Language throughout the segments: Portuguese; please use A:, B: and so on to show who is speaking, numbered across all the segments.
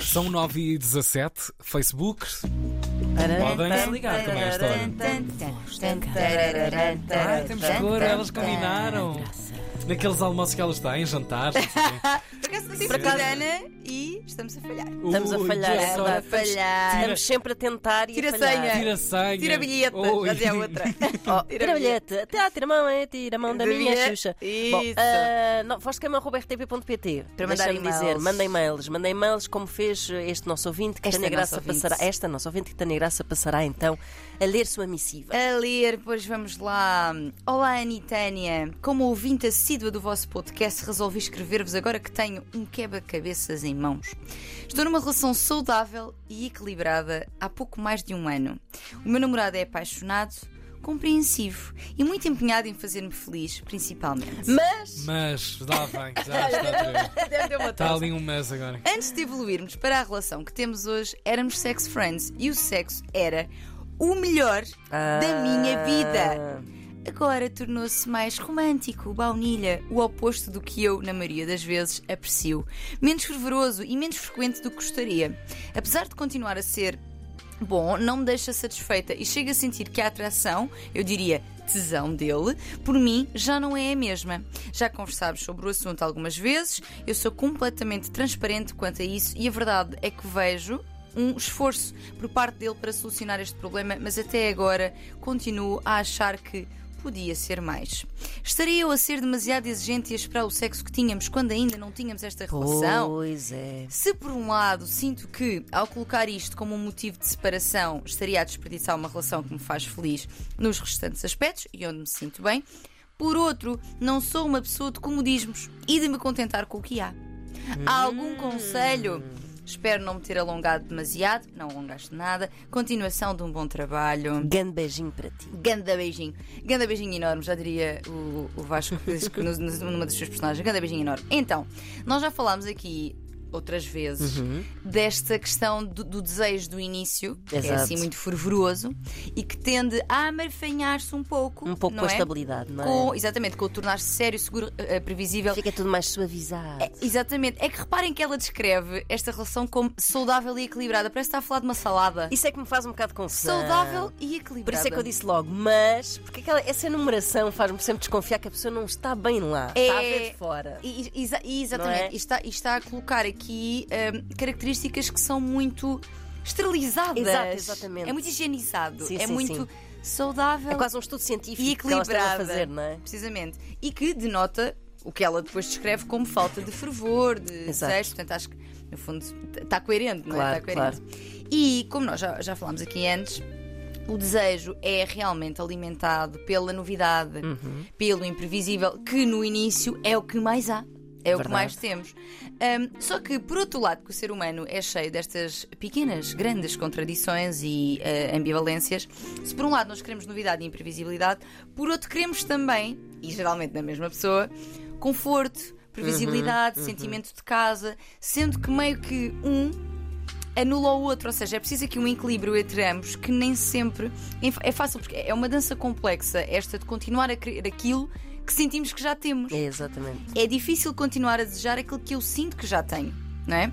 A: São 9 e 17 Facebook. Podem se ligar também a esta Ah, temos cor, elas combinaram. Naqueles almoços que elas têm, jantares. não sei o quê.
B: Por acaso não tive
A: Por acaso-
B: banana e estamos a falhar.
C: Estamos a
A: Ui,
C: falhar,
A: que
C: é
A: sorte.
C: verdade.
B: falhar.
C: Estamos sempre a tentar e
B: Tira
C: a falhar.
B: senha.
A: Tira senha.
B: Tira bilhete,
A: Ui.
B: mas é outra.
C: Oh, tira bilhete. Até à tira mão, é? Tira a mão da
B: Da
C: minha
B: minha-
C: Xuxa.
B: Isso.
C: Bom, ah, não, vozcama.rtp.pt.
B: Para mandar
C: Deixa-me
B: e-mails.
C: dizer, mandem mails. Mandem mails como fez este nosso ouvinte, que
B: Esta
C: Tânia Graça
B: nossa ouvinte.
C: passará. Esta nossa ouvinte, que Tânia Graça passará então a ler sua missiva.
B: A ler, pois vamos lá. Olá, Ana e Tânia. Como ouvinte assídua do vosso podcast, resolvi escrever-vos agora que tenho um quebra-cabeças em mãos. Estou numa relação saudável e equilibrada há pouco mais de um ano. O meu namorado é apaixonado, compreensivo e muito empenhado em fazer-me feliz, principalmente.
C: Mas.
A: Mas lá vem, já está outra vez.
B: Deu uma
A: Está ali um mês agora.
B: Antes de evoluirmos para a relação que temos hoje, éramos sex friends e o sexo era o melhor da minha vida. Agora tornou-se mais romântico, baunilha, o oposto do que eu, na maioria das vezes, aprecio. Menos fervoroso e menos frequente do que gostaria. Apesar de continuar a ser bom, não me deixa satisfeita e chego a sentir que a atração, eu diria tesão dele, por mim já não é a mesma. Já conversámos sobre o assunto algumas vezes, eu sou completamente transparente quanto a isso e a verdade é que vejo um esforço por parte dele para solucionar este problema, mas até agora continuo a achar que podia ser mais. Estaria eu a ser demasiado exigente e a esperar o sexo que tínhamos quando ainda não tínhamos esta relação?
C: Pois é.
B: Se por um lado sinto que, ao colocar isto como um motivo de separação, estaria a desperdiçar uma relação que me faz feliz nos restantes aspectos e onde me sinto bem, por outro, não sou uma pessoa de comodismos e de me contentar com o que há. Há algum conselho? Espero não me ter alongado demasiado, não alongaste nada. Continuação de um bom trabalho.
C: Grande beijinho para ti.
B: Ganda beijinho. Ganda beijinho enorme, já diria o, o Vasco que diz que no- no- numa das suas personagens. Ganda beijinho enorme. Então, nós já falámos aqui outras vezes
C: Uhum.
B: desta questão do, do desejo do início, que é
C: Exato.
B: assim muito fervoroso e que tende a amarfanhar-se um pouco.
C: Um pouco
B: não
C: com a
B: é?
C: estabilidade, não é?
B: Com- exatamente, com o tornar-se sério, seguro, eh, eh, previsível.
C: Fica tudo mais suavizado.
B: Exatamente. É que reparem que ela descreve esta relação como saudável e equilibrada. Parece que está a falar de uma salada.
C: Isso é que me faz um bocado confusão.
B: Saudável e
C: Por
B: equilibrada.
C: isso é que eu disse logo, mas porque aquela, essa enumeração faz-me sempre desconfiar que a pessoa não está bem lá. Está a
B: É
C: ver de fora. É
B: E- e- exa- e exatamente.
C: Não é?
B: E está, e está a colocar aqui hum, características que são muito esterilizadas.
C: Exato, exatamente.
B: É muito higienizado.
C: Sim,
B: é
C: sim,
B: muito
C: sim.
B: saudável
C: É quase um estudo científico
B: e
C: que ela está a
B: Então, equilibrada.
C: fazer, não é?
B: Precisamente. E que denota o que ela depois descreve como falta de fervor, de
C: Exato.
B: desejo. Portanto, acho que, no fundo, está coerente, não
C: Claro,
B: é? Está coerente. E, como nós já, já falámos aqui antes. O desejo é realmente alimentado pela novidade, pelo imprevisível, que no início é o que mais há, é o que
C: Verdade.
B: mais temos. Ahm, só que, por outro lado, que o ser humano é cheio destas pequenas, grandes contradições e ah, ambivalências, se por um lado nós queremos novidade e imprevisibilidade, por outro queremos também, e geralmente na mesma pessoa, conforto, previsibilidade, sentimento de casa, sendo que meio que um anula o outro, ou seja, é preciso aqui um equilíbrio entre ambos que nem sempre é fácil, porque é uma dança complexa esta de continuar a querer aquilo que sentimos que já temos.
C: É, exatamente.
B: É difícil continuar a desejar aquilo que eu sinto que já tenho, não é?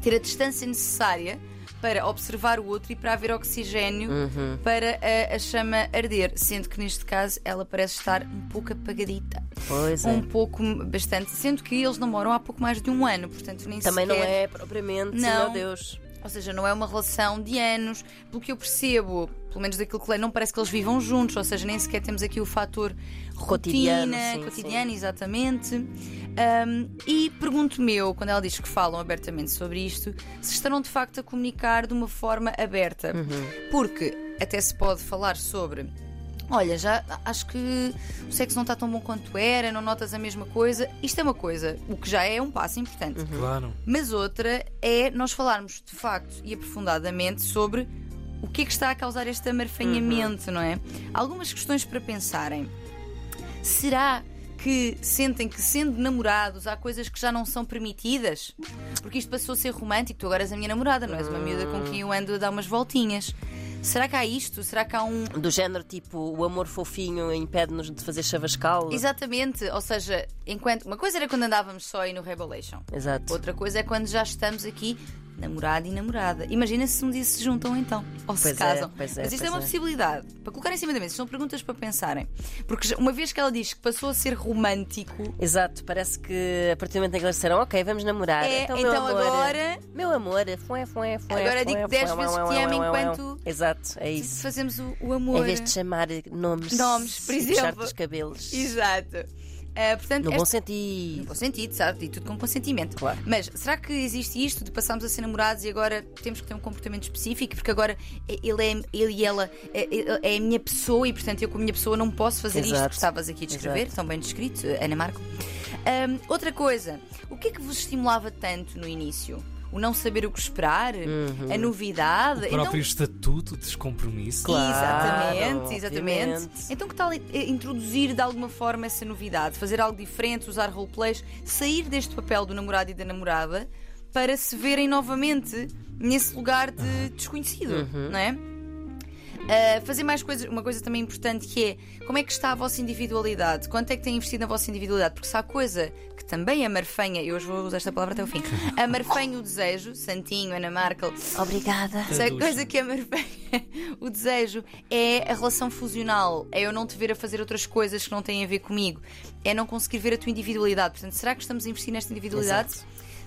B: Ter a distância necessária para observar o outro e para haver oxigênio
C: Uhum.
B: para a, a chama arder, sendo que neste caso ela parece estar um pouco apagadita.
C: Pois é.
B: Um pouco, bastante, sendo que eles namoram há pouco mais de um ano, portanto nem
C: Também não
B: sequer...
C: é propriamente, meu
B: Não.
C: Deus.
B: Ou seja, não é uma relação de anos, pelo que eu percebo, pelo menos daquilo que leio, não parece que eles vivam juntos, ou seja, nem sequer temos aqui o fator
C: Cotidiano,
B: rotina,
C: sim,
B: cotidiano, exatamente. Ahm, e pergunto-me eu, quando ela diz que falam abertamente sobre isto, se estarão de facto a comunicar de uma forma aberta.
C: Uhum.
B: Porque até se pode falar sobre. Olha, já acho que o sexo não está tão bom quanto era, não notas a mesma coisa. Isto é uma coisa, o que já é um passo importante.
A: Claro.
B: Mas outra é nós falarmos de facto e aprofundadamente sobre o que é que está a causar este amarfanhamento, não é? Algumas questões para pensarem. Será que sentem que sendo namorados há coisas que já não são permitidas? Porque isto passou a ser romântico, tu agora és a minha namorada, não és uma miúda com quem eu ando a dar umas voltinhas. Será que há isto? Será que há um.
C: Do género tipo, o amor fofinho impede-nos de fazer chavascal.
B: Exatamente, ou seja, enquanto. Uma coisa era quando andávamos só aí no Revelation.
C: Exato.
B: Outra coisa é quando já estamos aqui namorado e namorada. Imagina se um dia se juntam então, ou se
C: Pois é,
B: casam.
C: pois é,
B: Mas isto é
C: pois
B: uma
C: é.
B: possibilidade para colocar em cima da mesa. São perguntas para pensarem. Porque já- uma vez que ela diz que passou a ser romântico,
C: Exato, parece que a partir do momento em que eles disseram, ok, vamos namorar.
B: É,
C: meu
B: então
C: amor,
B: agora-
C: Meu amor, foi, foi, foi.
B: Agora digo dez vezes que te amo enquanto-
C: Exato, é isso.
B: se fazemos o, o amor.
C: Em vez de chamar nomes,
B: Nomes, por
C: e
B: exemplo.
C: puxar-te os cabelos.
B: Exato. Ah, portanto,
C: No
B: esta-
C: bom
B: No
C: sentido.
B: bom sentido, sabe? E tudo com consentimento.
C: Claro.
B: Mas será que existe isto de passarmos a ser namorados e agora temos que ter um comportamento específico? Porque agora ele, é, ele e ela é, é a minha pessoa e, portanto, eu com a minha pessoa não posso fazer isto
C: Exato.
B: que estavas aqui a descrever.
C: Exato.
B: Estão bem descritos, Ana Marco. Ahm, outra coisa, o que é que vos estimulava tanto no início? O não saber o que esperar? A novidade? Então,
A: O próprio estatuto de descompromisso.
C: então- Claro,
B: exatamente, exatamente.
C: obviamente.
B: Então que tal eh, introduzir de alguma forma essa novidade, fazer algo diferente, usar roleplays, sair deste papel do namorado e da namorada para se verem novamente nesse lugar de desconhecido,
C: Uhum.
B: não é? Uh, fazer mais coisas, uma coisa também importante que é como é que está a vossa individualidade? Quanto é que têm investido na vossa individualidade? Porque se há coisa que também é marfanha, eu hoje vou usar esta palavra até o fim, a marfanha o desejo, Santinho, Ana Markel,
C: Obrigada.
B: se a
A: Traduz.
B: coisa que é marfanha, o desejo, é a relação fusional, é eu não te ver a fazer outras coisas que não têm a ver comigo, é não conseguir ver a tua individualidade. Portanto, será que estamos a investir nesta individualidade?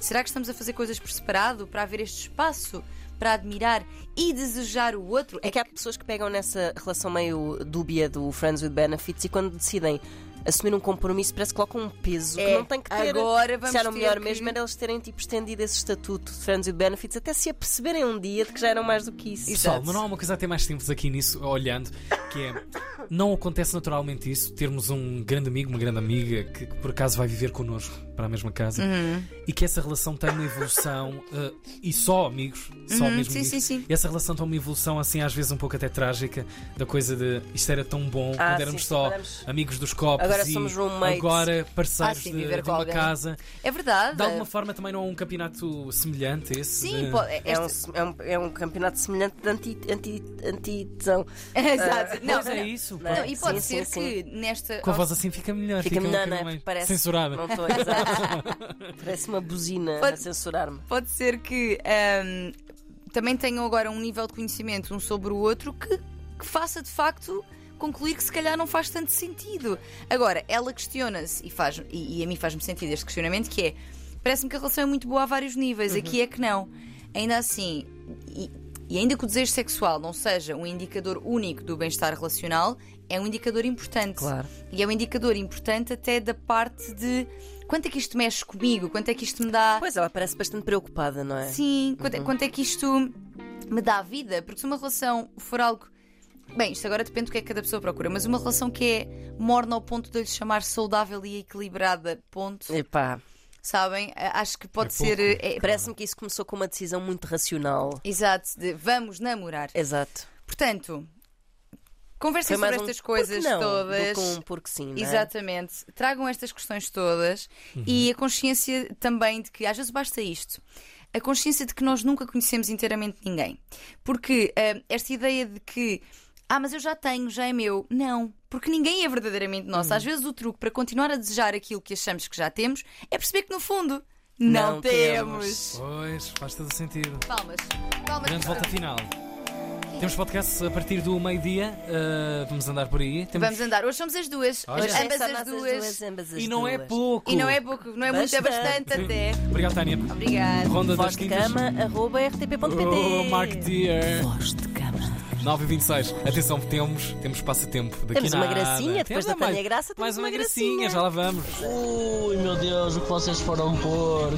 B: Será que estamos a fazer coisas por separado para haver este espaço para admirar e desejar o outro?
C: É que há pessoas que pegam nessa relação meio dúbia do Friends with Benefits e quando decidem assumir um compromisso parece que colocam um peso que
B: É,
C: não tem que ter.
B: agora vamos
C: se era o
B: ter
C: melhor
B: que-
C: mesmo era eles terem tipo estendido esse estatuto de Friends with Benefits até se aperceberem um dia de que já eram mais do que isso.
A: Pessoal, mas não há uma coisa até mais simples aqui nisso, olhando, que é não acontece naturalmente isso, termos um grande amigo, uma grande amiga que, que por acaso vai viver connosco para a mesma casa
B: Uhum.
A: e que essa relação tem uma evolução eh, e só amigos, só
B: Uhum,
A: mesmo
B: sim,
A: amigos,
B: sim, sim.
A: essa relação tem uma evolução assim às vezes um pouco até trágica da coisa de isto era tão bom
C: Ah,
A: quando
C: sim,
A: éramos
C: sim,
A: só
C: éramos-
A: amigos dos copos
C: Agora
A: e
C: somos roommates.
A: agora parceiros
B: Ah, sim,
A: de,
B: viver
A: de
B: com
A: uma
B: alguém.
A: casa.
B: É verdade.
A: De alguma forma também não há um campeonato semelhante a esse?
B: Sim,
A: de-
B: pode, é-
C: É um,
B: esta-
C: é, um, é um campeonato semelhante de anti-tesão. Anti, anti anti-tesão. Ah,
B: Exato. Não,
A: Pois é isso. pá.
B: não, e
C: né? Sim,
B: pode
C: sim,
B: ser que nesta.
A: Com a voz assim fica melhor.
C: Fica
A: um
C: melhor, não
A: bocadinho
C: é?
A: mais
C: Porque parece.
A: Censurada.
C: Não estou, exato. parece uma buzina
B: Pode-
C: a censurar-me.
B: Pode ser que ahm, também tenham agora um nível de conhecimento um sobre o outro que, que faça de facto concluir que se calhar não faz tanto sentido. Agora, ela questiona-se e, faz, e, e a mim faz-me sentido este questionamento que é parece-me que a relação é muito boa a vários níveis, aqui é que não. Ainda assim, e, e ainda que o desejo sexual não seja um indicador único do bem-estar relacional, é um indicador importante.
C: Claro.
B: E é um indicador importante até da parte de quanto é que isto mexe comigo, quanto é que isto me dá.
C: Pois ela parece bastante preocupada, não é?
B: Sim, quanto,
A: Uhum.
B: quanto é que isto me dá vida? Porque se uma relação for algo. Bem, isto agora depende do que é que cada pessoa procura, mas uma relação que é morna ao ponto de eu lhe chamar saudável e equilibrada, ponto,
C: Epá,
B: sabem? A- Acho que pode
A: É pouco.
B: ser. é-
C: parece-me que isso começou com uma decisão muito racional.
B: exato, de vamos namorar.
C: Exato.
B: Portanto, conversem sobre
C: um
B: estas coisas
C: porque não,
B: todas.
C: do que um porque sim, não
A: né?
C: é?
B: Exatamente. Tragam estas questões todas
A: Uhum.
B: e a consciência também de que às vezes basta isto. A consciência de que nós nunca conhecemos inteiramente ninguém. Porque hum, esta ideia de que ah, mas eu já tenho, já é meu. Não, porque ninguém é verdadeiramente
A: Uhum.
B: nosso. Às vezes o truque para continuar a desejar aquilo que achamos que já temos é perceber que no fundo não,
C: Não
B: temos.
A: Pois, faz todo sentido.
B: Palmas. Palmas.
A: Grande volta final. Temos podcast a partir do meio-dia. uh, vamos andar por aí. Temos-
B: Vamos andar. Hoje somos as duas.
A: Olha.
B: Hoje
A: Hoje
B: ambas
C: Só
B: as
C: nós
B: duas.
C: ambas as
A: E não é
C: duas.
A: pouco.
B: E não é pouco, não é muito, é
C: Bastante.
B: bastante até.
A: Obrigado, Tânia.
B: Obrigada.
A: Ronda
C: Voz
A: das
C: de
A: quintas.
C: cama, arroba rtp.pt.
A: Oh, Mark Dear.
C: Voz de cama.
A: 9 e 26 Atenção, temos, temos passatempo daqui
C: Temos
A: a
C: uma
A: nada.
C: gracinha, depois da
A: Temos mais-
C: Tânia Graça, temos
A: Mais uma
C: uma
A: gracinha,
C: gracinha.
A: já lá vamos.
D: Ui, meu Deus, o que vocês foram pôr?